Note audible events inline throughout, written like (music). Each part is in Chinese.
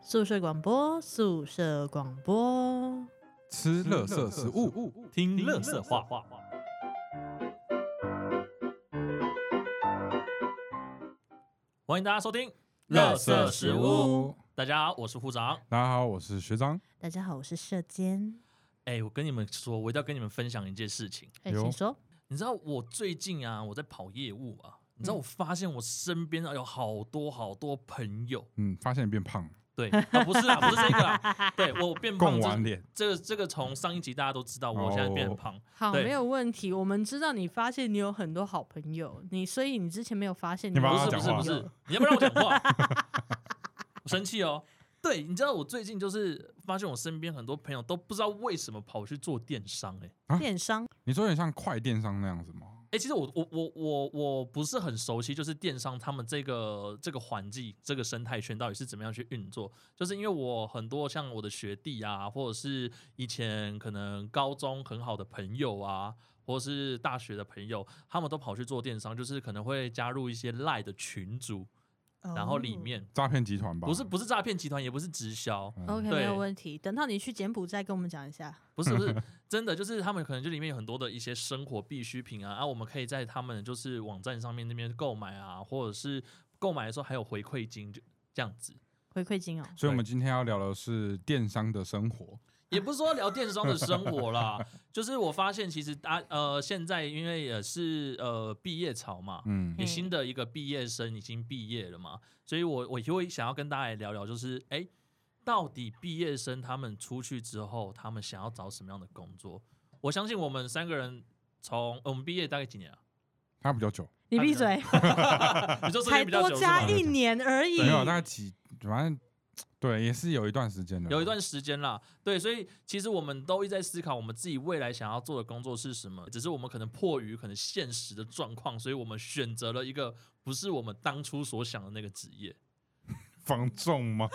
宿舍广播，宿舍广播。吃垃圾食物，听乐 (laughs) 色话。欢迎大家收听《垃圾食物。大家好，我是护长。大家好，我是学长。大家好，我是射箭。哎、我跟你们说，我一定要跟你们分享一件事情。哎，哎呦请说。你知道我最近啊，我在跑业务啊，你知道我发现我身边啊有好多好多朋友，嗯，发现你变胖，对，啊、不是啦，不是这个啦，对我变嗯胖贡这丸是。脸，这个这个从上一集大家都知道，我现在变哦胖，好，对没有问题。我们知道你发现你有很多好朋友，你所以你之前没有发现你有帮不他是好不讲是朋友话不是，你要不要让我讲话？ (laughs) 我生气哦。对，你知道我最近就是发现我身边很多朋友都不知道为什么跑去做电商、欸，哎欸啊电商你说有点像快电商那样子吗？其实我我我我我不是很熟悉，就是电商他们这个这个环境这个生态圈到底是怎么样去运作，就是因为我很多像我的学弟啊，或者是以前可能高中很好的朋友啊。或是大学的朋友，他们都跑去做电商，就是可能会加入一些赖的群组，然哦后里面诈骗集团吧？不是不是诈骗集团，也不是直销，嗯 OK，对没有问题。等到你去柬埔寨跟我们讲一下。不是不 (laughs) 是真的，就是他们可能就里面有很多的一些生活必需品啊，啊，我们可以在他们就是网站上面那边购买啊，或者是购买的时候还有回馈金，就这样子。回馈 (laughs) 金哦。所以我们今天要聊的是电商的生活。也不是说聊电商的生活啦， (laughs) 就是我发现其实大呃现在因为也是呃毕业潮嘛，嗯你嗯新的一个毕业生已经毕业了嘛，所以我我就会想要跟大家来聊聊，就是哎、诶到底毕业生他们出去之后，他们想要找什么样的工作？我相信我们三个人从、呃我们毕业大概几年啊？他比较久，你闭 (laughs) 嘴，你说时才间比较多久是加吗？一年而已嗯没。有大概几，反正对，也是有一段时间的，有一段时间啦，对，所以其实我们都一直在思考我们自己未来想要做的工作是什么，只是我们可能迫于可能现实的状况，所以我们选择了一个不是我们当初所想的那个职业。防重 (laughs) 吗？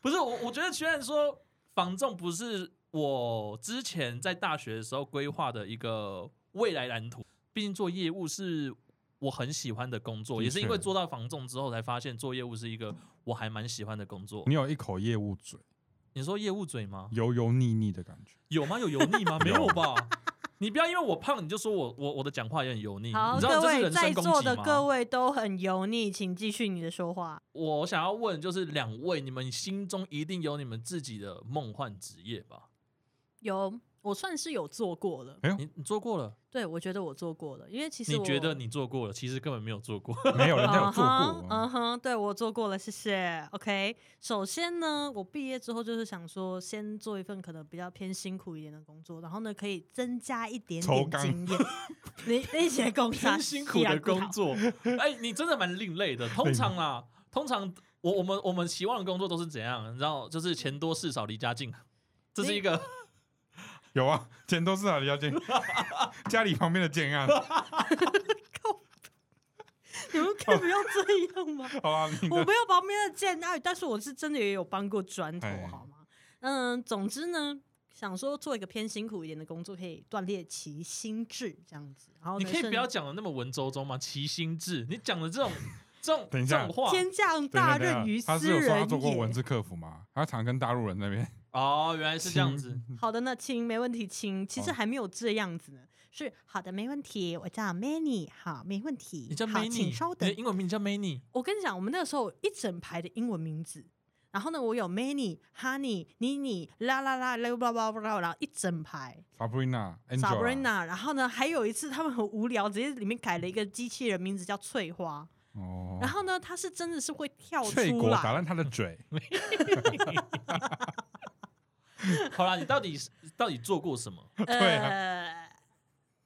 不是我，我觉得虽然说房仲不是我之前在大学的时候规划的一个未来蓝图，毕竟做业务是我很喜欢的工作，的也是因为确做到房仲之后才发现做业务是一个我还蛮喜欢的工作你。有一口业务嘴，你说业务嘴吗？油油腻腻的感觉。有吗？有油腻 (laughs) 吗？没有有吧？你不要因为我胖你就说我我我的讲话也很油腻，好，你知道各这是位人在身座攻击的各吗？位都很油腻，请继续你的说话。我想要问，就是两位，你们心中一定有你们自己的梦幻职业吧？有，我算是有做过了。你你做过了？对，我觉得我做过了，因为其实你我觉得你做过了，其实根本没有做过。 (laughs) 没有人家有做嗯哼过嗯啊，哼，对我做过了，谢谢。OK，首先呢，我毕业之后就是想说，先做一份可能比较偏辛苦一点的工作，然后呢，可以增加一点抽点干经 (laughs) 验。你那些工作偏辛苦的啊工，作， (laughs) 哎、你真的蛮另类的。通常啦，通常我我们我们期望的工作都是怎样？你知道，就是钱多事少离家近，这是一个有啊，钱都是啊，李小 (laughs) 姐，家里旁边的建案，你们可以不要这样 (laughs) 吗？好啊，你我的没有旁边的建爱，但是我是真的也有搬过砖头哎，好吗？嗯，总之呢，想说做一个偏辛苦一点的工作，可以锻炼其心智，这样子。然后你呢可以甚不要讲的那么文绉绉吗？其心志，你讲的这 (laughs) 种这种等一这下种话天降等大一下等一下任于他斯是有说他人做过也文字客服吗？他常跟大陆人那边哦，原来是这样子。好的呢，亲，没问题，亲。其实哦还没有这样子呢，是好的，没问题。我叫 Manny，好，没问题。你叫好 Manny，请稍你的等。英文名叫 Manny，我跟你讲，我们那个时候有一整排的英文名字，然后呢，我有 Manny、Honey、Nini、啦啦啦啦啦啦啦，然后一整排 Sabrina、Angela， Sabrina，然后呢，还有一次他们很无聊，直接里面改了一个机器人名字叫翠花，哦 (laughs) 然后呢，它是真的是会跳脆出果打来。烂他的 (laughs) 嘴，好啦，你到底是到底做过什么？对啊呃，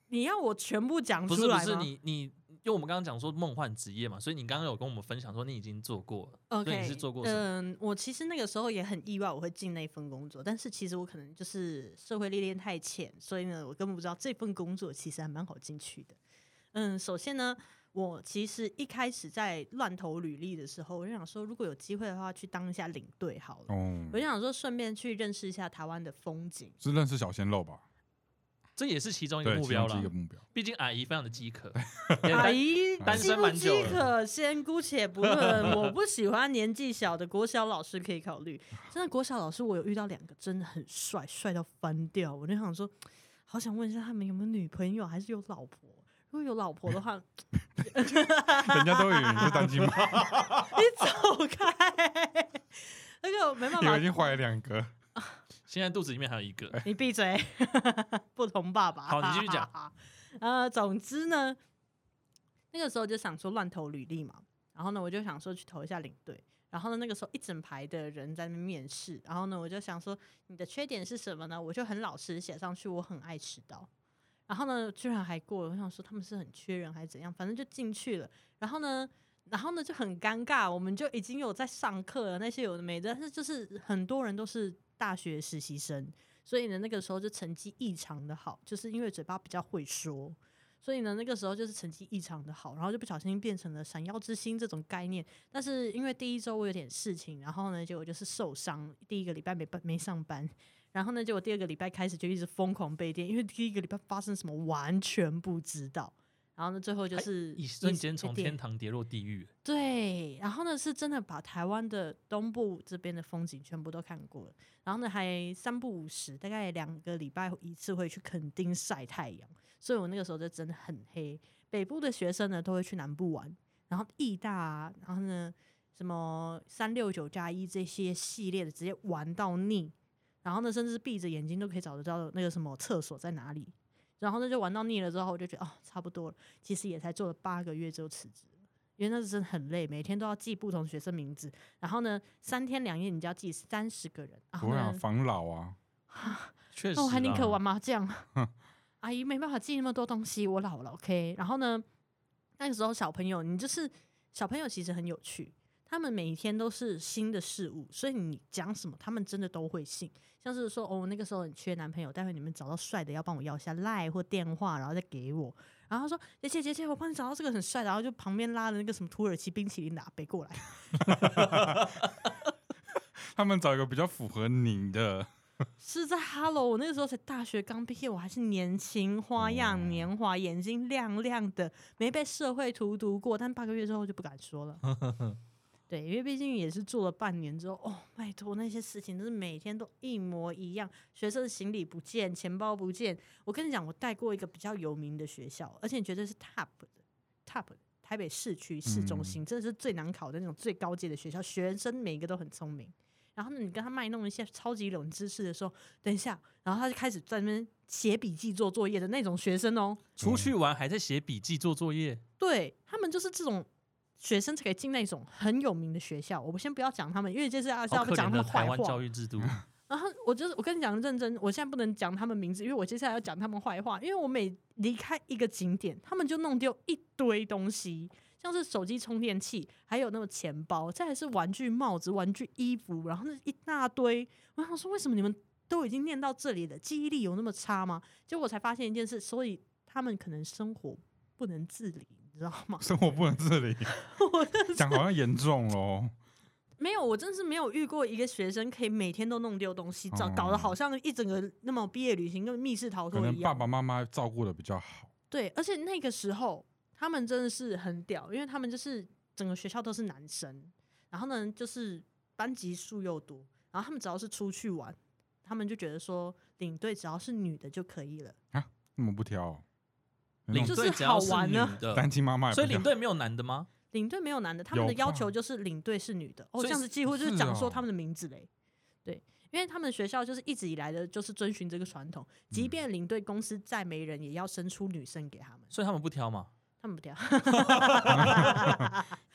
你要我全部讲不出是不来是吗？你你，因为我们刚刚讲说梦幻职业嘛，所以你刚刚有跟我们分享说你已经做过了 OK，所以你是做过什么？嗯，我其实那个时候也很意外我会进那份工作，但是其实我可能就是社会历练太浅，所以呢，我根本不知道这份工作其实还蛮好进去的。嗯，首先呢，我其实一开始在乱投履历的时候，我就想说，如果有机会的话，去当一下领队好了。哦我，就想说，顺便去认识一下台湾的风景。是认识小鲜肉吧？这也是其中一个对，目其标中是一个了。目标。毕竟阿姨非常的饥渴， (laughs) 也阿担姨单饥身不蛮久饥了渴，先姑且不论。我不喜欢年纪小的国小老师，可以考虑。真的国小老师，我有遇到两个真的很帅，帅到翻掉。我就想说，好想问一下他们有没有女朋友，还是有老婆？如果有老婆的话， (laughs) 人家都以为你是单亲妈，你走开。 (laughs) 那个没办以为已法，经怀了两个。现在肚子里面还有一个，你闭嘴，不同爸爸。好你继续讲。 (laughs) 呃，总之呢，那个时候就想说乱投履历嘛，然后呢，我就想说去投一下领队。然后呢，那个时候一整排的人在那边面试，然后呢，我就想说你的缺点是什么呢？我就很老实写上去，我很爱迟到。然后呢，居然还过了，我想说他们是很缺人还是怎样，反正就进去了。然后呢，然后呢就很尴尬，我们就已经有在上课了，那些有的没的，但是就是很多人都是大学实习生，所以呢那个时候就成绩异常的好，就是因为嘴巴比较会说，所以呢那个时候就是成绩异常的好，然后就不小心变成了闪耀之星这种概念。但是因为第一周我有点事情，然后呢结果就是受伤，第一个礼拜没办没上班。然后呢，结果第二个礼拜开始就一直疯狂被电，因为第一个礼拜发生什么完全不知道。然后呢，最后就还是一瞬直间被从电天堂跌落地狱。对，然后呢是真的把台湾的东部这边的风景全部都看过了，然后呢还三不五时，大概两个礼拜一次会去垦丁晒太阳，所以我那个时候就真的很黑。北部的学生呢都会去南部玩，然后义大、啊，然后呢什么三六九加一这些系列的直接玩到腻，然后呢甚至闭着眼睛都可以找得到那个什么厕所在哪里，然后呢就玩到腻了之后，我就觉得哦差不多了，其实也才做了八个月就辞职了。因为那是真的很累，每天都要记不同学生名字，然后呢，三天两夜你就要记三十个人，然不后会啊，呢，防老啊，确实那啊，哦我还宁可玩麻将。 (laughs) 阿姨没办法记那么多东西，我老了，OK。然后呢，那个时候小朋友，你就是小朋友，其实很有趣，他们每一天都是新的事物，所以你讲什么，他们真的都会信。像是说，哦，那个时候很缺男朋友，待会你们找到帅的，要帮我要一下赖或电话，然后再给我。然后他说：“姐姐姐姐，我帮你找到这个很帅的。”然后就旁边拉着那个什么土耳其冰淇淋拿杯过来。他们找一个比较符合你的，是在 Hello，我那个时候才大学刚毕业，我还是年轻花样哇年华，眼睛亮亮的，没被社会荼毒过。但八个月之后就不敢说了，对，因为毕竟也是做了半年之后，哦，拜托那些事情都是每天都一模一样，学生的行李不见，钱包不见。我跟你讲，我带过一个比较有名的学校，而且绝对是 top 的 top 的。台北市区市嗯中心、真的是最难考的那种最高阶的学校，学生每一个都很聪明。然后呢，你跟他卖弄一些超级冷知识的时候，等一下，然后他就开始在那边写笔记、做作业的那种学生哦。出去玩还在写笔记做作业，对他们就是这种学生才可以进那种很有名的学校。我们先不要讲他们，因为这是要是好要哦可讲怜他的们坏台湾话教。育制度。然后我就是我跟你讲认真，我现在不能讲他们名字，因为我接下来要讲他们坏话。因为我每离开一个景点，他们就弄丢一堆东西，像是手机充电器，还有那个钱包，再来是玩具帽子、玩具衣服，然后那一大堆。我想说，为什么你们都已经念到这里了，记忆力有那么差吗？结果我才发现一件事，所以他们可能生活不能自理，你知道吗？生活不能自理， (laughs) 我真的是讲好像严重喽。没有，我真是没有遇过一个学生可以每天都弄丢东西，搞搞得哦好像一整个那么毕业旅行跟密室逃可脱能一爸样。爸妈妈照顾的比较好，对，而且那个时候他们真的是很屌，因为他们就是整个学校都是男生，然后呢就是班级数又多，然后他们只要是出去玩，他们就觉得说领队只要是女的就可以了。那么不挑哦、领就是队只要是好玩啊女呢单的，亲妈妈也不所挑，以领队没有男的吗？领队没有男的，他们的有要吧求就是领队是女的。哦，所以这样子几乎就是是讲哦说他们的名字嘞。对，因为他们的学校就是一直以来的就是遵循这个传统，嗯即便领队公司再没人，也要生出女生给他们。所以他们不挑嘛？他们不挑，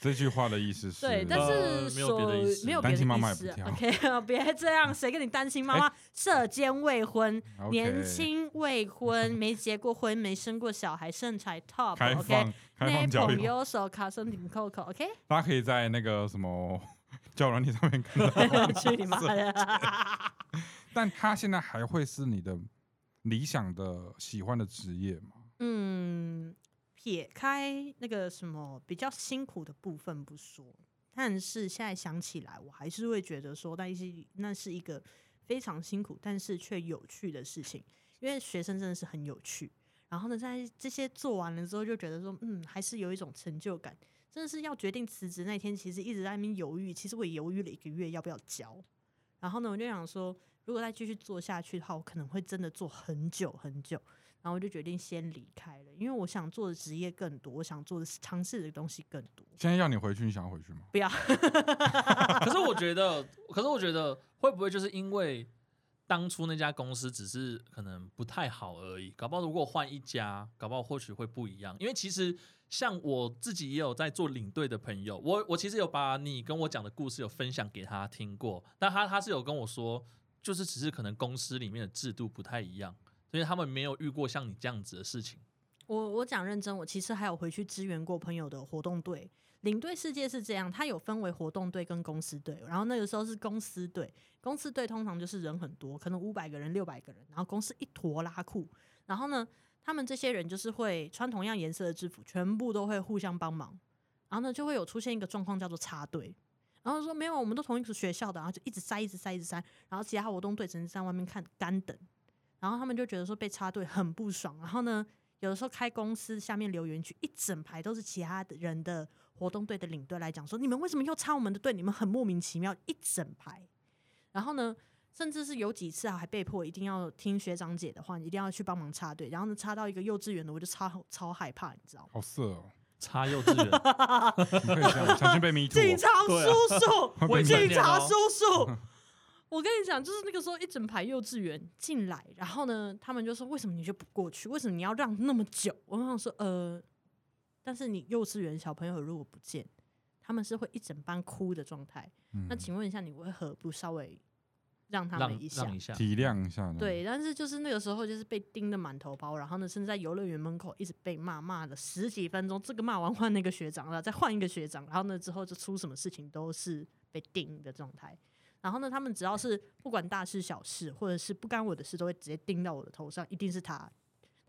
这句话的意思是，对，但呃是没有别的意所思没有别单的亲妈妈意也不思啊。挑 OK，别 (laughs) 这样，谁跟你担心妈妈？涉奸未婚， OK 年轻未婚，没结过婚，没生过小孩，身材 top。开 OK，放开放交朋友，右手卡森顶扣扣。OK， (laughs) (laughs) 大家可以在那个什么 (laughs) 交友软体上面看到。 (laughs) 去你妈的！ (laughs) 但他现在还会是你的理想的喜欢的职业吗？嗯，撇开那个什么比较辛苦的部分不说，但是现在想起来，我还是会觉得说，那是那是一个非常辛苦，但是却有趣的事情。因为学生真的是很有趣。然后呢，在这些做完了之后，就觉得说，嗯，还是有一种成就感。真的是要决定辞职那天，其实一直在那边犹豫。其实我也犹豫了一个月要不要交。然后呢，我就想说，如果再继续做下去的话，我可能会真的做很久很久。然后我就决定先离开了，因为我想做的职业更多，我想做的尝试的东西更多。现在要你回去，你想要回去吗？不要，可是我觉得， (laughs) 可是我觉得会不会就是因为当初那家公司只是可能不太好而已？搞不好如果换一家，搞不好或许会不一样。因为其实像我自己也有在做领队的朋友，我我其实有把你跟我讲的故事有分享给他听过，但他他是有跟我说，就是只是可能公司里面的制度不太一样，所以他们没有遇过像你这样子的事情。我我讲认真，我其实还有回去支援过朋友的活动队。领队世界是这样，它有分为活动队跟公司队，然后那个时候是公司队，公司队通常就是人很多，可能五百个人、六百个人，然后公司一坨拉库，然后呢，他们这些人就是会穿同样颜色的制服，全部都会互相帮忙，然后呢就会有出现一个状况叫做插队，然后说没有，我们都同一个学校的，然后就一直塞、一直塞、一直塞，然后其他活动队只能在外面看干等，然后他们就觉得说被插队很不爽，然后呢。有的时候开公司下面留言区一整排都是其他的人的活动队的领队来讲说，你们为什么又插我们的队？你们很莫名其妙，一整排。然后呢，甚至是有几次啊，还被迫一定要听学长姐的话，你一定要去帮忙插队。然后呢，插到一个幼稚园的，我就超超害怕，你知道吗？好色哦！差幼 (laughs) 稚园，你可以这样，小心被 me too 警哦。察叔叔，我也想啊警念察哦叔叔。 (laughs) 我跟你讲，就是那个时候一整排幼稚园进来，然后呢，他们就说：“为什么你就不过去？为什么你要让那么久？”我想说：“呃，但是你幼稚园小朋友如果不见，他们是会一整班哭的状态。嗯那请问一下，你为何不稍微让他让们一下 (laughs) 让一？下，体谅一下。，对，但是就是那个时候就是被盯得满头包，然后呢，甚至在游乐园门口一直被骂，骂了十几分钟，这个骂完换那个学长，然后再换一个学长，然后呢之后就出什么事情都是被盯的状态。然后呢，他们只要是不管大事小事，或者是不干我的事，都会直接盯到我的头上，一定是他，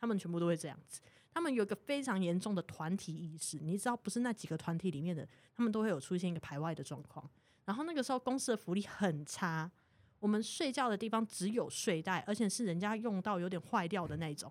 他们全部都会这样子。他们有一个非常严重的团体意识，你知道，不是那几个团体里面的，他们都会有出现一个排外的状况。然后那个时候公司的福利很差，我们睡觉的地方只有睡袋，而且是人家用到有点坏掉的那一种。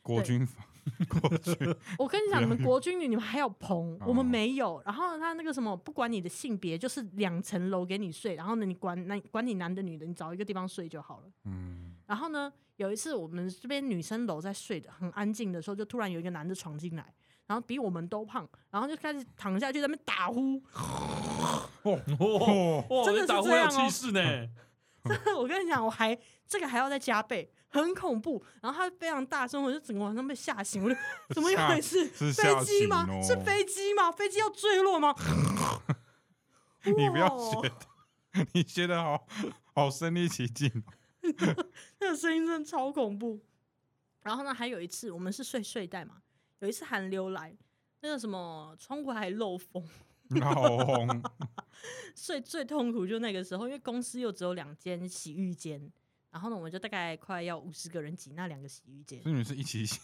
国军法，国军我跟你讲，你们国军旅你们还有棚，我们哦没有。然后他那个什么，不管你的性别，就是两层楼给你睡，然后呢，你管那管你男的女的，你找一个地方睡就好了。嗯，然后呢，有一次我们这边女生楼在睡的很安静的时候，就突然有一个男的闯进来，然后比我们都胖，然后就开始躺下去在那边打呼。哦， (laughs) 哇，真的是打呼这有样气哦 (laughs) 势呢。我跟你讲，我还这个还要再加倍，很恐怖。然后他非常大声，我就整个晚上被吓醒， (laughs) 我就怎么一回事？是飞吓机醒吗？哦是飞机吗？飞机要坠落吗？ (laughs) 你不要哇哦学，的， (laughs) 你学的好好身临其境哦。那个声音真的超恐怖。然后呢，还有一次我们是睡睡袋嘛，有一次寒流来，那个什么窗户还漏风，老红， (laughs) 最最痛苦就那个时候，因为公司又只有两间洗浴间，然后呢，我们就大概快要五十个人挤那两个洗浴间，所以你们是一起洗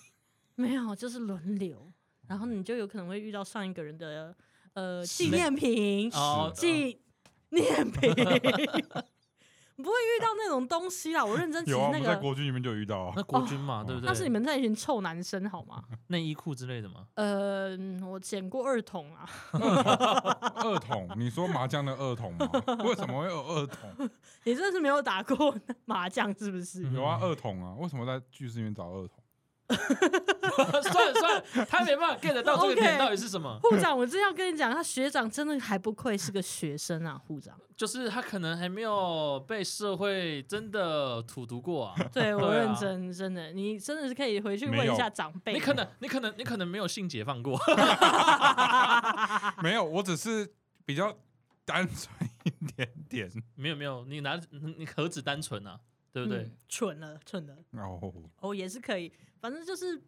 没有，就是轮流，然后你就有可能会遇到上一个人的呃纪是念品、哦，纪念品， (laughs) 你不会遇到那种东西啦。我认真，其实有啊，我那们在个国军里面就有遇到啊那。国军嘛，哦对不对？那是你们那一群臭男生好吗？ (laughs) 内衣裤之类的吗？呃，我捡过二筒啊， (laughs) 二筒，你说麻将的二筒吗？为什么会有二筒？你真的是没有打过麻将是不是？嗯有啊，二筒啊，为什么在剧室里面找二筒？ (laughs) 算了算了，他没办法 get 得到这个哦 OK 点到底是什么，护长，我真要跟你讲，他学长真的还不愧是个学生啊，护长。就是他可能还没有被社会真的荼毒过啊。对我对啊认真，真的，你真的是可以回去没问有一下长辈。你可能，你可能，你可能没有性解放过， (laughs) 啊没有，我只是比较单纯一点点。没有没有，你拿你何止单纯啊，对不对嗯？蠢了，蠢了。哦，哦，也是可以，反正就是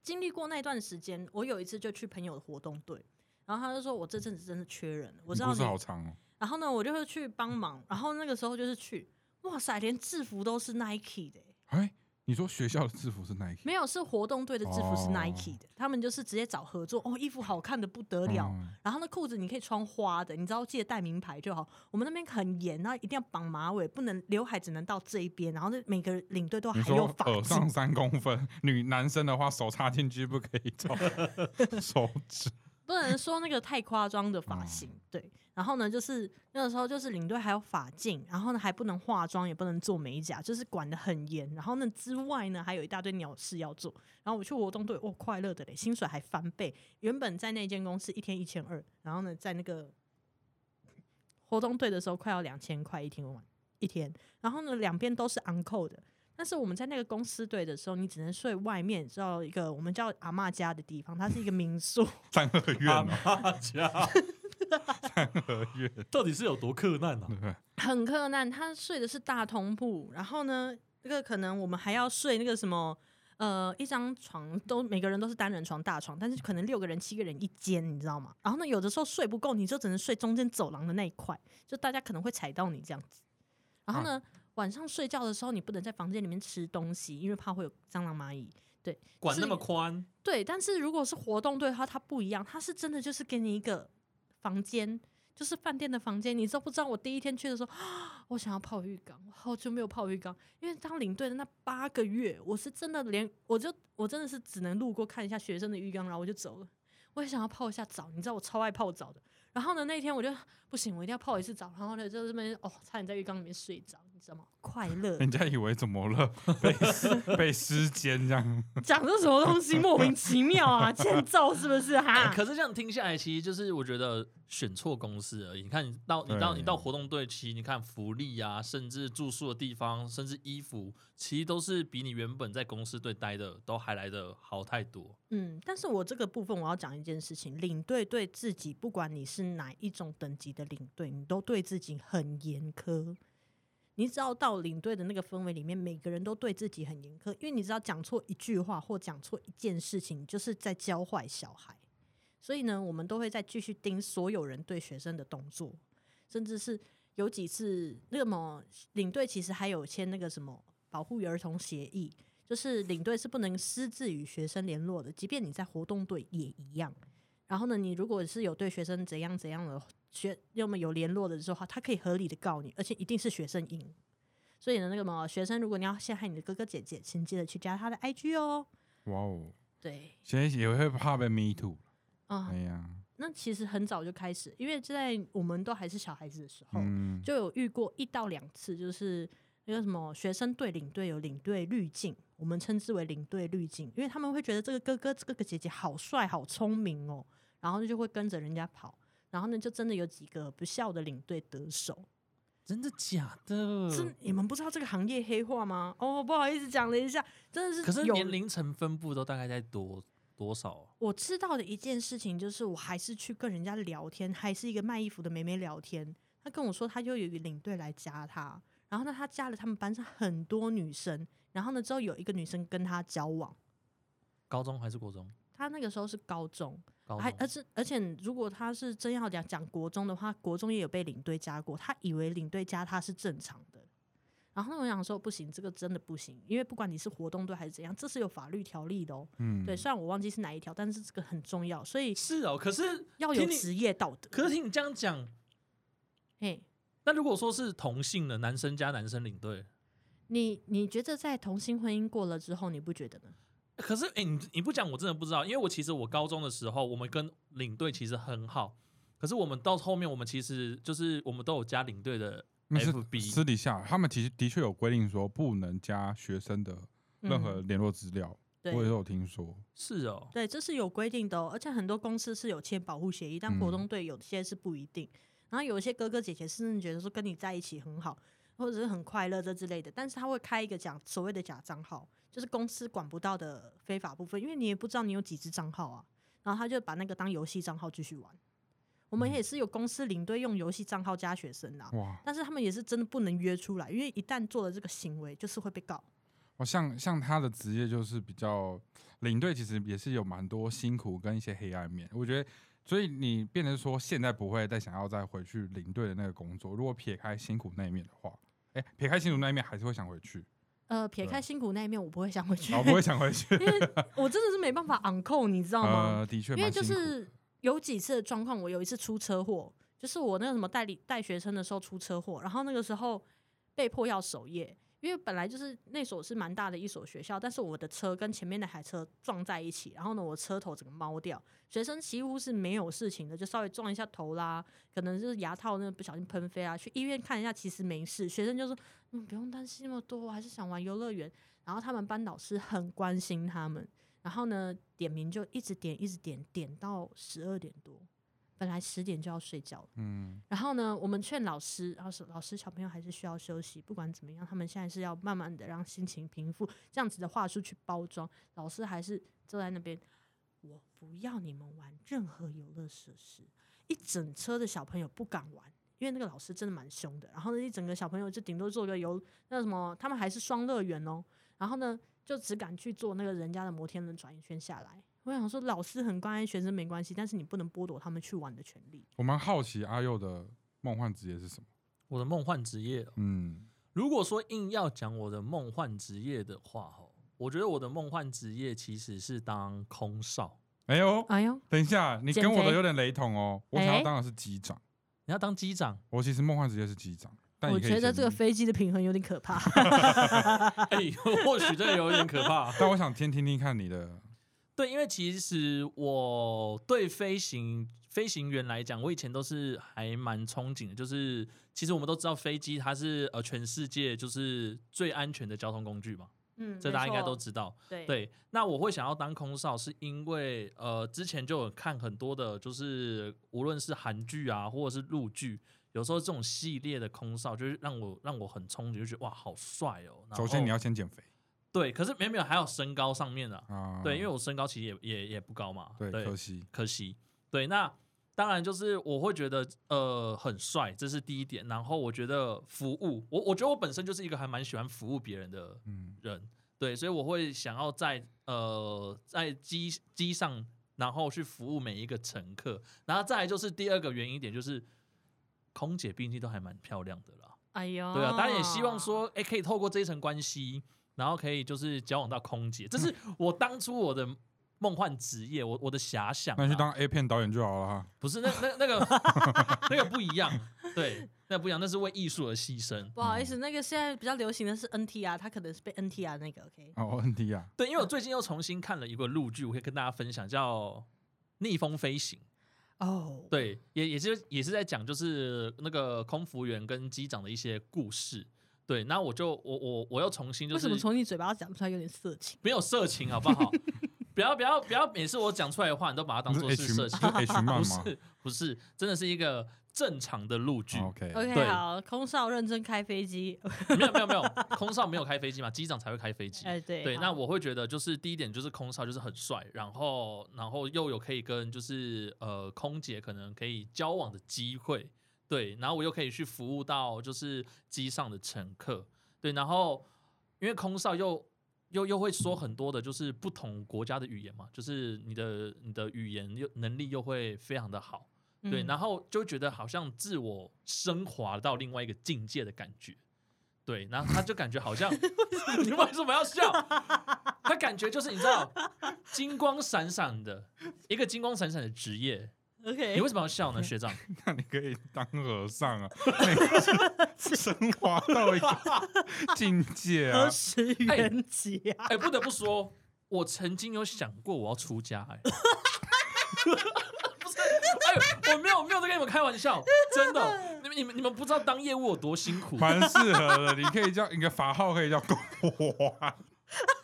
经历过那段时间。我有一次就去朋友的活动队，然后他就说我这阵子真的缺人，我你知道故你事。好长哦。然后呢，我就会去帮忙。然后那个时候就是去，哇塞，连制服都是 Nike 的欸、哎，你说学校的制服是 Nike，没有，是活动队的制服是哦 Nike 的，他们就是直接找合作哦，衣服好看的不得了。嗯然后那裤子你可以穿花的，你知道记得带名牌就好。我们那边很严，然后一定要绑马尾，不能刘海只能到这一边，然后那每个领队都你还有说发耳髻上。三公分，女男生的话手插进去不可以 (laughs) 找手指。不能说那个太夸张的发型，对。然后呢，就是那个时候就是领队还有发镜，然后呢还不能化妆，也不能做美甲，就是管得很严。然后呢之外呢，还有一大堆鸟事要做。然后我去活动队，哦，快乐的嘞，薪水还翻倍。原本在那间公司一天一千二，然后呢在那个活动队的时候快要两千块一天晚一天。然后呢两边都是 uncle 的。但是我们在那个公司队的时候，你只能睡外面，知道一个我们叫阿嬷家的地方，它是一个民宿。三合院阿哦，妈家三合院，到底是有多克难啊对？不对？很困难，他睡的是大通铺，然后呢，那个可能我们还要睡那个什么，呃，一张床都每个人都是单人床大床，但是可能六个人七个人一间，你知道吗？然后呢，有的时候睡不够，你就只能睡中间走廊的那一块，就大家可能会踩到你这样子。然后呢，晚上睡觉的时候你不能在房间里面吃东西，因为怕会有蟑螂蚂蚁。管那是么宽，对，但是如果是活动队的话，它不一样，它是真的就是给你一个房间，就是饭店的房间。你知道不知道？我第一天去的时候，我想要泡浴缸，我好久没有泡浴缸，因为当领队的那八个月，我是真的连我就我真的是只能路过看一下学生的浴缸，然后我就走了。我也想要泡一下澡，你知道我超爱泡澡的。然后呢，那天我就不行，我一定要泡一次澡。然后呢，就这边哦，差点在浴缸里面睡着，你知道吗？快乐，人家以为怎么 (laughs) 了，被尸被尸奸这样。讲这什么东西，莫名其妙啊， (laughs) 欠揍是不是哈？ (laughs) 可是这样听下来，其实就是我觉得选错公司而已。你看，你到你到对你到活动队，其实你看福利啊，甚至住宿的地方，甚至衣服，其实都是比你原本在公司队待的都还来的好太多。嗯，但是我这个部分我要讲一件事情，领队对自己，不管你是哪一种等级的领队，你都对自己很严苛。你只要到领队的那个氛围里面，每个人都对自己很严苛，因为你只要讲错一句话或讲错一件事情，你就是在教坏小孩。所以呢，我们都会再继续盯所有人对学生的动作，甚至是有几次那个么领队其实还有签那个什么保护儿童协议，就是领队是不能私自与学生联络的，即便你在活动队也一样。然后呢，你如果是有对学生怎样怎样的学，要么有联络的时候，他可以合理的告你，而且一定是学生赢。所以呢，那个么学生，如果你要陷害你的哥哥姐姐，请记得去加他的 IG 哦。哇哦，对，现在也会怕被 me too。啊、哎呀，那其实很早就开始，因为在我们都还是小孩子的时候，嗯，就有遇过一到两次，就是那个什么学生队领队有领队滤镜，我们称之为领队滤镜，因为他们会觉得这个哥哥、这个姐姐好帅、好聪明哦，然后就会跟着人家跑，然后呢，就真的有几个不孝的领队得手。真的假的？真、你们不知道这个行业黑化吗？哦，不好意思讲了一下，真的是可是有年龄层分布都大概在多多少啊？我知道的一件事情就是，我还是去跟人家聊天，还是一个卖衣服的妹妹聊天。她跟我说，她又有一个领队来加她，然后呢，她加了他们班上很多女生，然后呢，之后有一个女生跟她交往。高中还是国中？她那个时候是高中，高还中而且而且，如果她是真要讲讲国中的话，国中也有被领队加过，她以为领队加她是正常的。然后我想说，不行，这个真的不行，因为不管你是活动队还是怎样，这是有法律条例的哦。嗯，对，虽然我忘记是哪一条，但是这个很重要，所以是哦，可是要有听你职业道德。可是听你这样讲，嘿，那如果说是同性的男生加男生领队，你你觉得在同性婚姻过了之后，你不觉得呢？可是哎、你你不讲我真的不知道，因为我其实我高中的时候，我们跟领队其实很好，可是我们到后面我们其实就是我们都有加领队的那是 FB，私底下，他们其实的确有规定说不能加学生的任何联络资料，我也嗯对有听说。是哦，对，这是有规定的、哦，而且很多公司是有签保护协议，但活动队有些是不一定。然后有一些哥哥姐姐甚至觉得说跟你在一起很好，或者是很快乐这之类的，但是他会开一个假所谓的假账号，就是公司管不到的非法部分，因为你也不知道你有几只账号啊。然后他就把那个当游戏账号继续玩。我们也是有公司领队用游戏账号加学生啊，哇，但是他们也是真的不能约出来，因为一旦做了这个行为，就是会被告。哦，像像他的职业就是比较领队，其实也是有蛮多辛苦跟一些黑暗面。我觉得，所以你变成说现在不会再想要再回去领队的那个工作。如果撇开辛苦那一面的话，哎、撇开辛苦那一面还是会想回去。呃，撇开对哦辛苦那一面，我不会想回去，我不会想回去。因为 (laughs) 我真的是没办法 on call，你知道吗？呃，的确，因为蛮就辛苦的是有几次的状况，我有一次出车祸，就是我那个什么代理带学生的时候出车祸，然后那个时候被迫要守夜，因为本来就是那所是蛮大的一所学校，但是我的车跟前面那台车撞在一起，然后呢，我车头整个猫掉，学生几乎是没有事情的，就稍微撞一下头啦，可能就是牙套那不小心喷飞啊，去医院看一下，其实没事。学生就说，嗯，不用担心那么多，我还是想玩游乐园。然后他们班导师很关心他们，然后呢，点名就一直点，一直点，点到十二点多，本来十点就要睡觉了。嗯，然后呢，我们劝老师，然后说老师小朋友还是需要休息，不管怎么样，他们现在是要慢慢的让心情平复，这样子的话术去包装。老师还是坐在那边，我不要你们玩任何游乐设施，一整车的小朋友不敢玩。因为那个老师真的蛮凶的，然后呢，一整个小朋友就顶多做个游那什么，他们还是双乐园哦，然后呢，就只敢去做那个人家的摩天轮转一圈下来。我想说，老师很关爱学生没关系，但是你不能剥夺他们去玩的权利。我蛮好奇阿佑的梦幻职业是什么。我的梦幻职业哦，嗯，如果说硬要讲我的梦幻职业的话，哈，我觉得我的梦幻职业其实是当空少。哎呦，哎呦，等一下，你跟减我的肥有点雷同哦。我想哎要当的是机长，你要当机长，我其实梦幻职业是机长，但我你可以哦觉得先嗯这个飞机的平衡有点可怕。哎、或许这有点可怕。 (laughs) 但我想先听听看你的，对，因为其实我对飞行飞行员来讲，我以前都是还蛮憧憬的。就是其实我们都知道，飞机它是呃全世界就是最安全的交通工具嘛， (laughs) 嗯，这大家应该都知道。对对，那我会想要当空少，是因为呃，之前就有看很多的，就是无论是韩剧啊，或者是陆剧，有时候这种系列的空少，就是让我让我很憧憬，就觉得哇，好帅哦。然首先你后要先减肥对，可是没有没有，还有身高上面啊，啊。对，因为我身高其实也也也不高嘛，对可惜，可惜。对，那当然就是我会觉得呃很帅，这是第一点。然后我觉得服务，我我觉得我本身就是一个还蛮喜欢服务别人的嗯，人，对，所以我会想要在呃在机机上，然后去服务每一个乘客。然后再来就是第二个原因点就是。空姐毕竟都还蛮漂亮的啦，哎呦，对啊，当然也希哦望说，哎、可以透过这一层关系，然后可以就是交往到空姐，这是嗯我当初我的梦幻职业，我我的遐想啊。那你去当 A 片导演就好了哈。不是那那 (laughs) 那个那个不一样，对，那不一样，那是为艺术而牺牲。不好意思，那个现在比较流行的是 NTR，他可能是被 NTR 那个 OK。哦，N T 啊，对，因为我最近又重新看了一个陆剧，我可以跟大家分享，叫《逆风飞行》。哦，对，也也是也是在讲就是那个空服员跟机长的一些故事。对，那我就我我我又重新就为是什么从你嘴巴讲出来有点色情？没有色情好不好？ (laughs) 不要不要不要，每次我讲出来的话，你都把它当你做是是 H 色你是情， H (laughs) 漫不吗是不是，真的是一个正常的陆剧。哦？OK， OK，对好，空少认真开飞机。没有没有没有， (laughs) 空少没有开飞机嘛，机长才会开飞机。哎，对， (laughs) 对，好那我会觉得就是第一点就是空少就是很帅，然后然后又有可以跟就是呃空姐可能可以交往的机会，对，然后我又可以去服务到就是机上的乘客，对，然后因为空少又又又会说很多的就是不同国家的语言嘛，就是你的你的语言又能力又会非常的好，对，嗯然后就觉得好像自我升华到另外一个境界的感觉。对，然后他就感觉好像，你为什么要笑？他感觉就是你知道，金光闪闪的一个金光闪闪的职业， OK，你为什么要笑呢，学长？那你可以当和 (laughs) 尚啊，你是升华到一个境界啊何。时愚哎人节啊？哎、不得不说，我曾经有想过我要出家、哎， (laughs) 不是，哎，我没有没有在跟你们开玩笑，真的，你们你们你们不知道当业务有多辛苦，蛮适合的，你可以叫你的法号可以叫公华，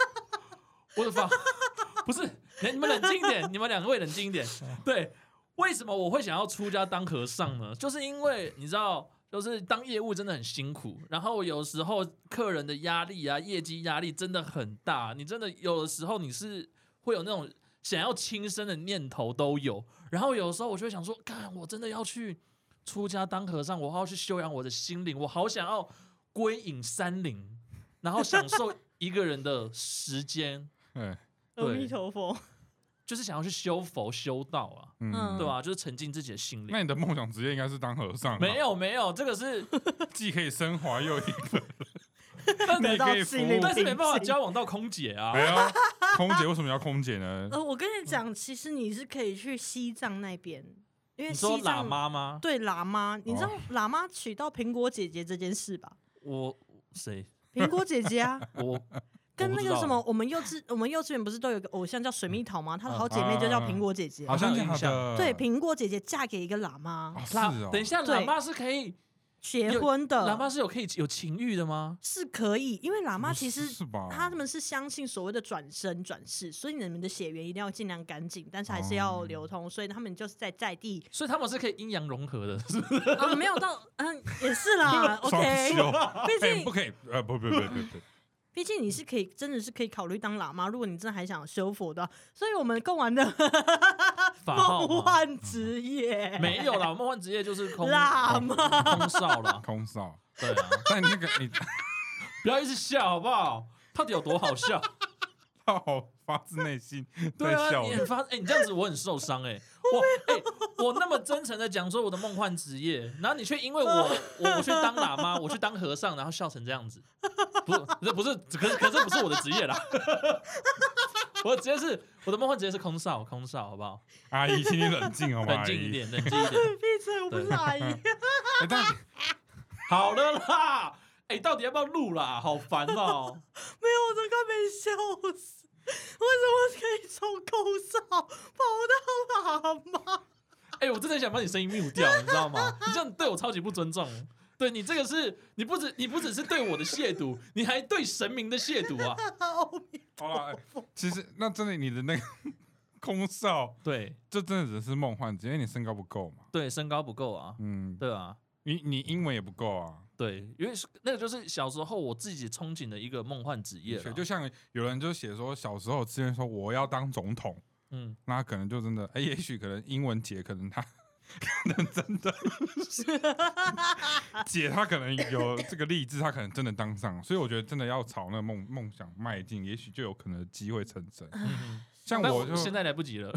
(laughs) 我的发 (laughs) 不是，你你们冷静一点，你们两位冷静一点。对，为什么我会想要出家当和尚呢？就是因为你知道，就是当业务真的很辛苦，然后有时候客人的压力啊，业绩压力真的很大，你真的有的时候你是会有那种想要轻生的念头都有，然后有的时候我就会想说，干，我真的要去出家当和尚，我要去修养我的心灵，我好想要归隐山林，然后享受一个人的时间。哎，阿弥对陀佛，就是想要去修佛修道啊，嗯，对吧、就是沉浸自己的心灵那。你的梦想职业应该是当和尚吧， (laughs) 没有没有，这个是 (laughs) 既可以升华又一个得到可以致服务命但是没办法病交往到空姐啊哎。呦， (laughs) 空姐为什么要空姐呢？呃，我嗯跟你讲，其实你是可以去西藏那边，因为你说西喇藏嘛吗？对喇嘛，你知哦道喇嘛娶到苹果姐姐这件事吧？我谁？，苹果姐姐 (laughs) 啊我跟我不那知个道什欸么，我们幼稚我们幼稚园不是都有一个偶像叫水蜜桃吗？嗯她的好姐妹就叫苹果姐姐。好像有印假象的，对，苹果姐姐嫁给一个喇嘛哦，是喇哦，等一下，对呃喇嘛是可以，结婚的，喇嘛是有可以有情欲的吗？是可以，因为喇什嘛么其是实是吧？ (laughs) 他们是相信所谓的转生转世，所以你们的血缘一定要尽量干净，但是还是要哦流通，所以他们就是在在 (laughs) 地所以他们是可以阴阳融合的，是不是？啊，没有到嗯，也是啦双，OK，休 (laughs) (laughs) 毕哎，竟不可以，呃，不不不不不，毕竟你是可以，真的是可以考虑当喇嘛。如果你真的还想修佛的话，所以我们供完的法号吗嗯梦幻职业没有啦，梦幻职业就是空 (laughs) 喇空空少啦。空少。对啊，但那个你 (laughs) 不要一直笑好不好？到底有多好笑？到发自内心 (laughs) 对在啊，笑你很的，发哎、你这样子我很受伤哎、我哎、我那么真诚的讲说我的梦幻职业，然后你却因为我我我去当喇嘛，我去当和尚，然后笑成这样子，不是这不是，可是可是不是我的职业啦。 (laughs) 我直接是我的梦幻职业是空少，空少好不好？阿姨，请你冷静好吗？ (laughs) 冷阿静一姨，点，冷 (laughs) 静一点。闭嘴，我不是阿姨。哎但 (laughs) 好了啦，哎、到底要不要录啦？好烦哦、没有，我都快被笑死。为什么可以从口哨跑到喇嘛？哎、我真的很想把你声音 mute 掉，你知道吗？你这样对我超级不尊重。对你这个是，你不止你不只是对我的亵渎，你还对神明的亵 (laughs) 渎啊！好了，哎其实那真的你的那个 (laughs) 空少，对这真的只是梦幻，只因为你身高不够嘛。对，身高不够啊，嗯，对啊，你你英文也不够啊。对，因为是那个就是小时候我自己憧憬的一个梦幻职业的确了。就像有人就写说，小时候之前说我要当总统，嗯，那他可能就真的，哎，也许可能英文姐可能他可能真的姐她可能有这个励志，她可能真的当上，所以我觉得真的要朝那个梦梦想迈进，也许就有可能机会成真。 (laughs) 嗯嗯像但我就现在来不及了，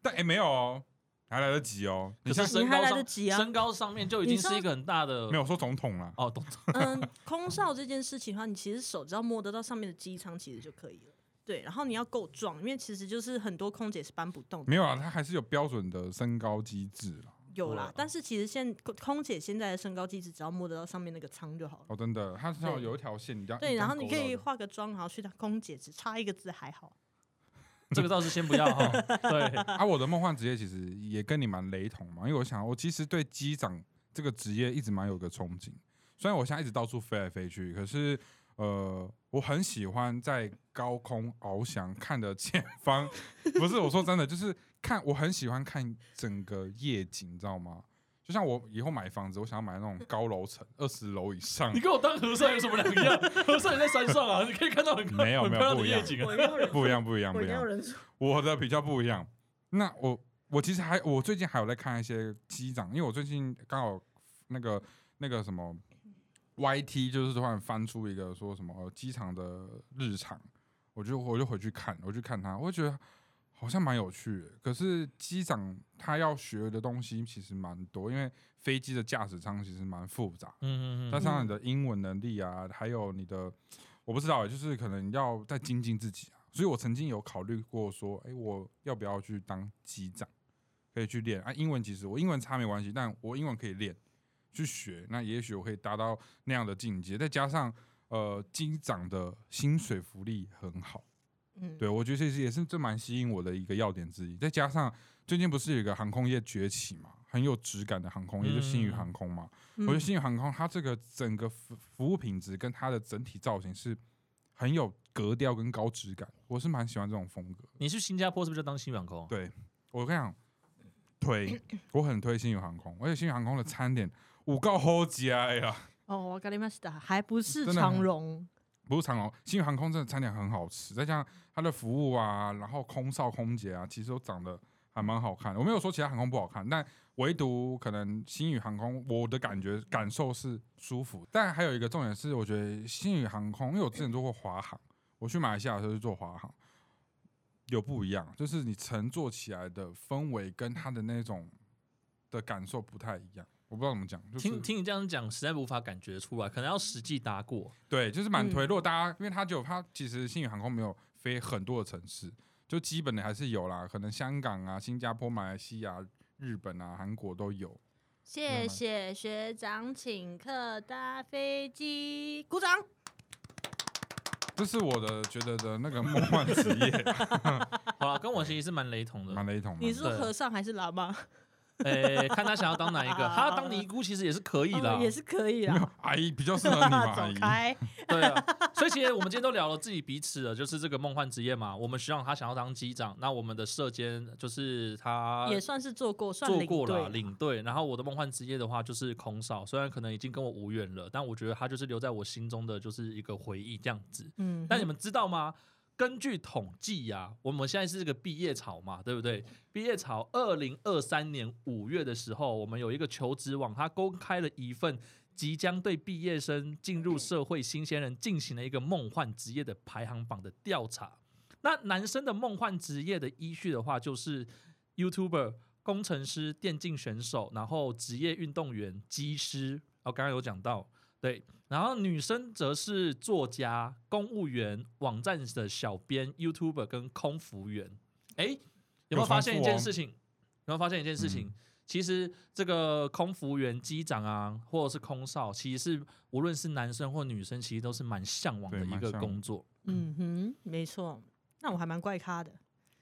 但哎、没有哦，还来得及哦。你可像是身你还高来上得及啊身高上面就已经你知道是一个很大的没有说总统啦，哦，懂懂嗯，空少这件事情的话，你其实手只要摸得到上面的机舱，其实就可以了。对，然后你要够壮，因为其实就是很多空姐是搬不动的。没有啊，他还是有标准的身高机制啦。有啦对，但是其实现空空姐现在的身高机制，只要摸得到上面那个舱就好了。哦，真的，他是要对有一条线，你这样对，一然根后你勾可到以的画个妆，然后去当空姐，只差一个字还好。这个倒是先不要 (laughs) 哈。对， (laughs) 啊，我的梦幻职业其实也跟你蛮雷同嘛，因为我想，我其实对机长这个职业一直蛮有个憧憬。虽然我现在一直到处飞来飞去，可是呃，我很喜欢在高空翱翔，看着前方。 (laughs) 不是我说真的，就是看我很喜欢看整个夜景，你知道吗？就像我以后买房子，我想要买那种高楼层，二十楼以上你。跟我当和尚有什么两样？和尚也在山上啊，你可以看到很没有很没有漂亮不的一样夜景啊。定要忍不一样，不一样，不一样。忍住。我的比较不一样。那我我其实还我最近还有在看一些机长，因为我最近刚好那个那个什么 YT 就是突然翻出一个说什么呃机场的日常，我就我就回去看，我去看他，我就觉得好像蛮有趣的。可是机长他要学的东西其实蛮多，因为飞机的驾驶舱其实蛮复杂，嗯嗯加嗯，上你的英文能力啊，还有你的，我不知道欸，就是可能要再精进自己啊。所以我曾经有考虑过说，哎、我要不要去当机长，可以去练啊？英文其实我英文差没关系，但我英文可以练，去学，那也许我可以达到那样的境界。再加上呃，机长的薪水福利很好，嗯，对我觉得这是也是这蛮吸引我的一个要点之一。再加上最近不是有一个航空业崛起嘛，很有质感的航空业，就星宇嗯航空嘛。嗯我觉得星宇航空它这个整个服服务品质跟它的整体造型是很有格调跟高质感，我是蛮喜欢这种风格。你去新加坡是不是就当新员工？对我跟你讲，推我很推星宇航空，而且星宇航空的餐点五够好吃的呀，哦，我跟你们说，还不是真的很长荣。不是长龙，星宇航空真的餐点很好吃，再加上它的服务啊，然后空少空姐啊，其实都长得还蛮好看的。我没有说其他航空不好看，但唯独可能星宇航空，我的感觉感受是舒服。但还有一个重点是，我觉得星宇航空，因为我之前做过华航，我去马来西亚的时候是做华航，有不一样，就是你乘坐起来的氛围跟它的那种的感受不太一样。我不知道怎么讲，就是听听你这样讲，实在无法感觉出来，可能要实际搭过。对，就是蛮推。嗯如果大家，因为它就它其实星宇航空没有飞很多的城市，就基本的还是有啦，可能香港啊、新加坡、马来西亚、日本啊、韩国都有。谢谢学长请客搭飞机，鼓掌。这是我的觉得的那个梦幻职 (laughs) 业，好了，跟我其实是蛮雷同蛮的。雷同的。你是说对和尚还是喇嘛？诶、看他想要当哪一 (laughs) 个，他要当尼姑其实也是可以的、哦也是可以没啦有。阿姨比较 (laughs) 适合你嘛，阿走姨。开， (laughs) 对啊，所以其实我们今天都聊了自己彼此的，就是这个梦幻职业嘛。我们学长他想要当机长，那我们的社监就是他啊也算是做过，算做领过队了领队。然后我的梦幻职业的话就是空少，虽然可能已经跟我无缘了，但我觉得他就是留在我心中的就是一个回忆这样子。嗯，但你们知道吗？根据统计呀、我们现在是这个毕业潮嘛，对不对？毕业潮，二零二三年五月的时候，我们有一个求职网，它公开了一份即将对毕业生进入社会新鲜人进行了一个梦幻职业的排行榜的调查。那男生的梦幻职业的依序的话，就是 YouTuber、工程师、电竞选手，然后职业运动员、机师。哦，刚刚有讲到，对。然后女生则是作家、公务员、网站的小编、YouTuber 跟空服员。哎，有没有发现一件事情？有没有发现一件事情？哦嗯其实这个空服员、机长啊，或者是空少，其实是无论是男生或女生，其实都是蛮向往的对一蛮个向工往作。嗯哼，没错。那我还蛮怪咖的，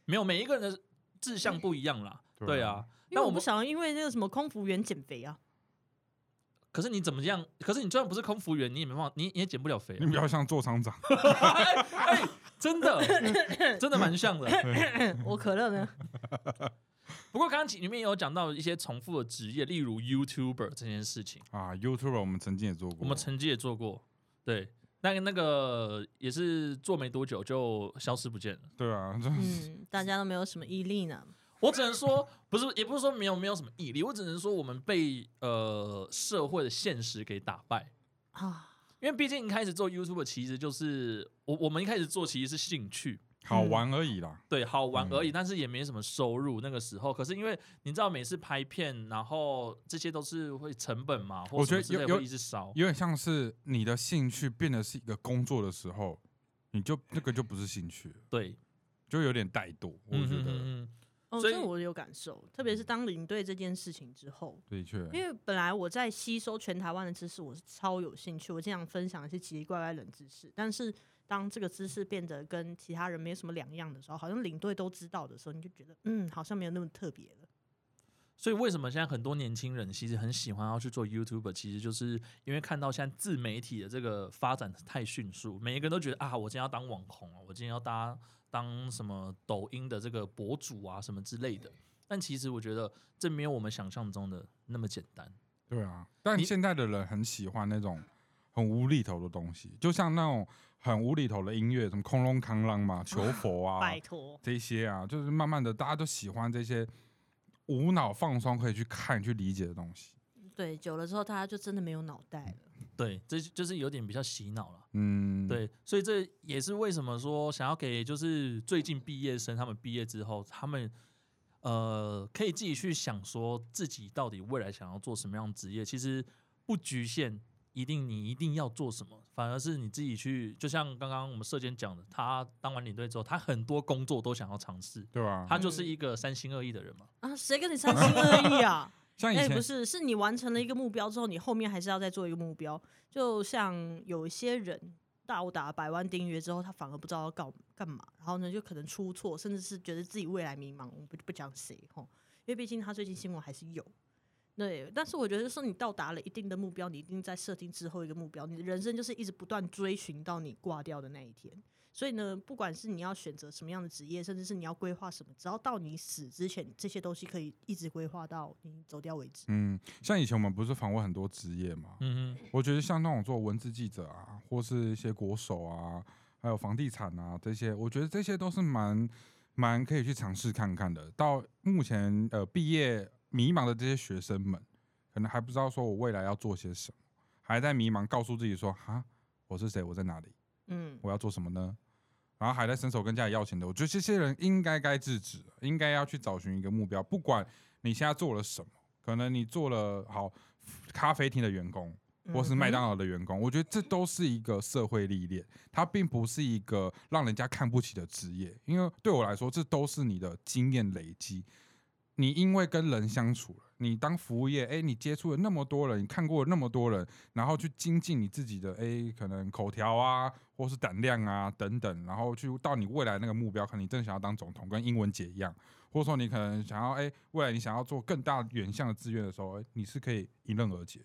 没有每一个人的志向不一样啦，对对啊啊。因那为我我不们想要因为那个什么空服员减肥啊。 (coughs) 可是你怎么样？可是你就算不是空服员，你也没办法，你你也减不了肥啊、你比较像做厂长，真的，真的蛮像的。我可乐呢？不过刚刚里面有讲到一些重复的职业，例如 YouTuber 这件事情，啊，YouTuber 我们曾经也做过，我们曾经也做过，对。那个那个也是做没多久就消失不见了。对啊，就嗯，大家都没有什么毅力呢。我只能说，不是，也不是说没有没有什么毅力，我只能说我们被呃社会的现实给打败。啊，因为毕竟一开始做 YouTube 其实就是我我们一开始做其实是兴趣，好嗯玩而已啦。对，好玩嗯而已，但是也没什么收入那个时候。可是因为你知道每次拍片，然后这些都是会成本嘛，或我什么觉得之类有有会一直烧。有点像是你的兴趣变得是一个工作的时候，你就那个就不是兴趣了，对，就有点怠惰。我嗯觉哼得、哼哼哦，所以这我有感受，特别是当领队这件事情之后，的确，因为本来我在吸收全台湾的知识，我是超有兴趣，我经常分享一些奇奇怪怪冷知识。但是当这个知识变得跟其他人没什么两样的时候，好像领队都知道的时候，你就觉得嗯，好像没有那么特别了。所以为什么现在很多年轻人其实很喜欢要去做 YouTuber，其实就是因为看到现在自媒体的这个发展太迅速，每一个人都觉得啊，我今天要当网红啊，我今天要当当什么抖音的这个博主啊，什么之类的。但其实我觉得这没有我们想象中的那么简单。对啊。但你现在的人很喜欢那种很无厘头的东西，就像那种很无厘头的音乐，什么空隆康啷 (laughs) 嘛、求佛啊拜托，这些啊，就是慢慢的大家都喜欢这些无脑放松可以去看、去理解的东西。对，久了之后大家就真的没有脑袋了。对，这就是有点比较洗脑了。嗯，，对，所以这也是为什么说想要给就是最近毕业生他们毕业之后，他们呃可以自己去想说自己到底未来想要做什么样的职业，其实不局限一定你一定要做什么，反而是你自己去，就像刚刚我们社监讲的，他当完领队之后，他很多工作都想要尝试，对吧、他就是一个三心二意的人嘛。啊，谁跟你三心二意啊？像以哎、前、不是，是你完成了一个目标之后，你后面还是要再做一个目标。就像有一些人到达百万订阅之后，他反而不知道要干干嘛，然后呢，就可能出错，甚至是觉得自己未来迷茫。我不不讲谁吼，因为毕竟他最近新闻还是有。对，但是我觉得说你到达了一定的目标，你一定在设定之后一个目标，你的人生就是一直不断追寻到你挂掉的那一天。所以呢，不管是你要选择什么样的职业，甚至是你要规划什么，只要到你死之前，这些东西可以一直规划到你走掉为止。嗯，像以前我们不是访问很多职业嘛，嗯我觉得像那种做文字记者啊，或是一些国手啊，还有房地产啊这些，我觉得这些都是蛮蛮可以去尝试看看的。到目前呃毕业迷茫的这些学生们，可能还不知道说我未来要做些什么，还在迷茫，告诉自己说哈，我是谁，我在哪里，嗯，我要做什么呢？然后还在伸手跟家里要钱的，我觉得这些人应该该制止，应该要去找寻一个目标，不管你现在做了什么，可能你做了好咖啡厅的员工，嗯或是麦当劳的员工，我觉得这都是一个社会历练，它并不是一个让人家看不起的职业，因为对我来说，这都是你的经验累积。你因为跟人相处了，你当服务业，哎、你接触了那么多人，你看过了那么多人，然后去精进你自己的，哎、可能口条啊，或是胆量啊等等，然后去到你未来那个目标，可能你真的想要当总统，跟英文姐一样，或者说你可能想要，哎、未来你想要做更大远向的志愿的时候，哎、你是可以迎刃而解。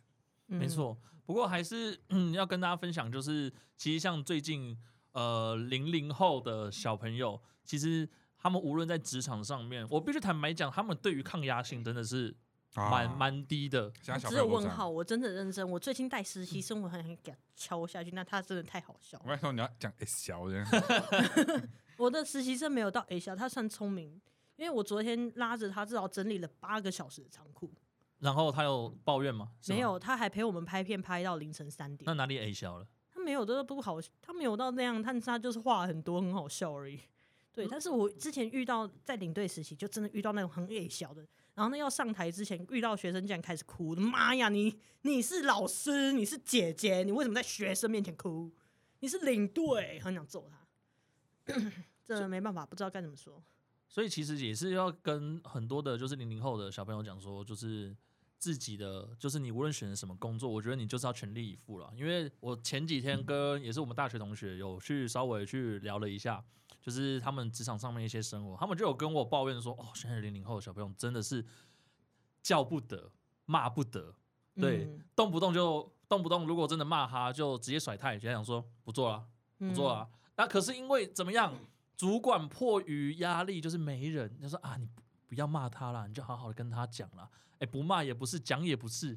没嗯，错。不过还是、嗯、要跟大家分享，就是其实像最近呃零零后的小朋友，其实他们无论在职场上面，我必须坦白讲，他们对于抗压性真的是啊蛮蛮、低的。现在小只朋有友都问这样号，我真的认真。我最近带实习生，我很想给他敲下去，那他真的太好笑我了。跟你说，你要讲 S 小 (laughs) 人，我的实习生没有到 A 校，他算聪明，因为我昨天拉着他至少整理了八个小时的仓库，然后他有抱怨吗？是吗没。有，他还陪我们拍片拍到凌晨三点那。哪里 A 小了？他没有，都不好，他没有到那样，但是他就是话很多，很好笑而已。嗯对，但是我之前遇到在领队时期，就真的遇到那种很矮小的，然后呢要上台之前遇到学生竟然开始哭，我的妈呀，你你是老师，你是姐姐，你为什么在学生面前哭？你是领队，很想揍他。 (coughs) 这没办法，不知道该怎么说。所以其实也是要跟很多的，就是零零后的小朋友讲说，就是自己的，就是你无论选择什么工作，我觉得你就是要全力以赴了。因为我前几天跟也是我们大学同学有去稍微去聊了一下，就是他们职场上面一些生活，他们就有跟我抱怨说，哦，现在零零后的小朋友真的是叫不得，骂不得，对，嗯动不动就动不动，如果真的骂他，就直接甩态，直接讲说不做了。嗯不做。啊。那可是因为怎么样，主管迫于压力，就是没人，就说啊，你不不要骂他啦，你就好好的跟他讲啦。哎，不骂也不是，讲也不是，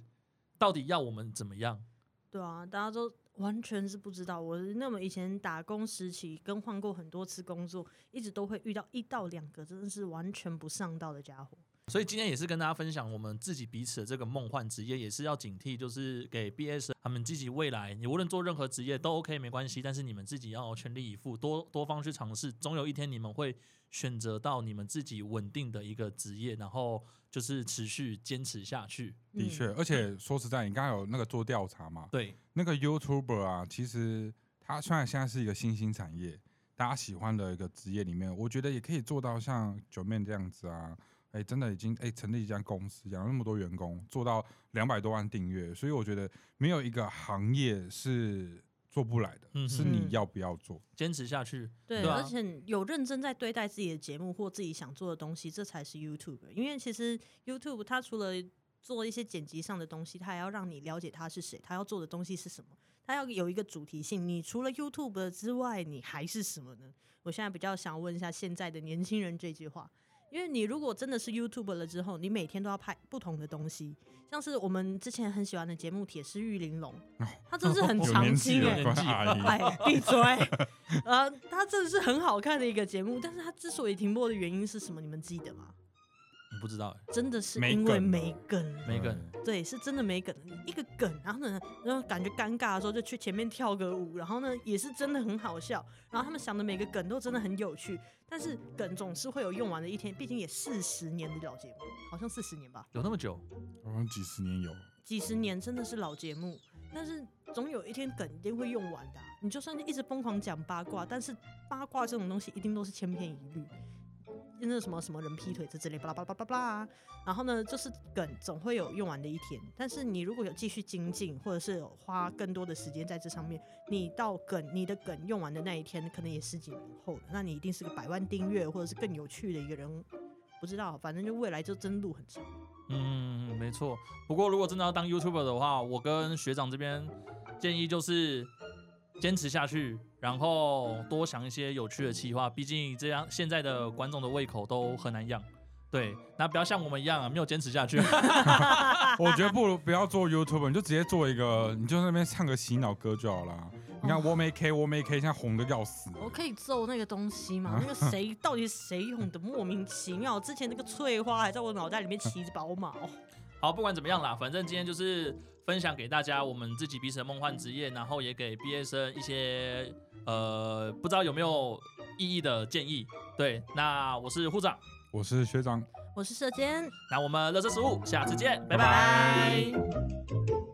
到底要我们怎么样？对啊，大家都完全是不知道。我那么以前打工时期，更换过很多次工作，一直都会遇到一到两个真的是完全不上道的家伙。所以今天也是跟大家分享我们自己彼此的这个梦幻职业，也是要警惕，就是给毕业生他们自己未来，你无论做任何职业都 OK 没关系，但是你们自己要全力以赴，多多方去尝试，总有一天你们会选择到你们自己稳定的一个职业，然后就是持续坚持下去。嗯的确，而且说实在，你刚刚有那个做调查嘛，对，那个 YouTuber 啊，其实他虽然现在是一个新兴产业，大家喜欢的一个职业里面，我觉得也可以做到像九妹这样子啊，哎、真的已经哎、成立一家公司，养了那么多员工，做到两百多万订阅，所以我觉得没有一个行业是做不来的，嗯哼是你嗯要不要做。坚持下去。对，对啊而且有认真在对待自己的节目或自己想做的东西，这才是 YouTube。因为其实 YouTube 它除了做一些剪辑上的东西，它还要让你了解他是谁，他要做的东西是什么，他要有一个主题性。你除了 YouTube 之外，你还是什么呢？我现在比较想问一下现在的年轻人这句话。因为你如果真的是 YouTube 了之后，你每天都要拍不同的东西，像是我们之前很喜欢的节目《铁狮玉玲珑》，它真是很哦 (laughs) 有长年纪青哎、了，关年纪阿姨，哎，闭嘴！ (laughs) 呃，它真的是很好看的一个节目，但是它之所以停播的原因是什么？你们记得吗？嗯不知道欸真的是没因为梗了没梗啊了，没梗对对，是真的没梗了，一个梗，然后呢，然后感觉尴尬的时候就去前面跳个舞，然后呢，也是真的很好笑，然后他们想的每个梗都真的很有趣，但是梗总是会有用完的一天，毕竟也四十年的老节目，好像四十年吧，有那么久，好像嗯几十年有。几十年真的是老节目，但是总有一天梗一定会用完的啊、你就算一直疯狂讲八卦，但是八卦这种东西一定都是千篇一律，那什么什么人劈腿这之类巴拉巴拉巴拉巴拉。然后呢，就是梗总会有用完的一天，但是你如果有继续精进，或者是有花更多的时间在这上面，你到梗你的梗用完的那一天，可能也十几年后了，那你一定是个百万订阅或者是更有趣的一个人物。不知道，反正就未来就真路很长。嗯，没错。不过如果真的要当 YouTuber 的话，我跟学长这边建议就是坚持下去，然后多想一些有趣的企划，毕竟这样现在的观众的胃口都很难养。对，那不要像我们一样啊，没有坚持下去。 (laughs) 我觉得不如不要做 YouTube，你就直接做一个，你就在那边唱个洗脑歌就好了。你看我没 K，我没 K，现在红的要死。我可以揍那个东西吗？那个谁到底谁用的莫名其妙？之前那个翠花还在我脑袋里面骑着宝马哦。好，不管怎么样啦，反正今天就是分享给大家我们自己彼此的梦幻职业，然后也给毕业生一些呃不知道有没有意义的建议。对，那我是护长，我是学长，我是射箭。那我们乐色食物，下次见，拜拜拜拜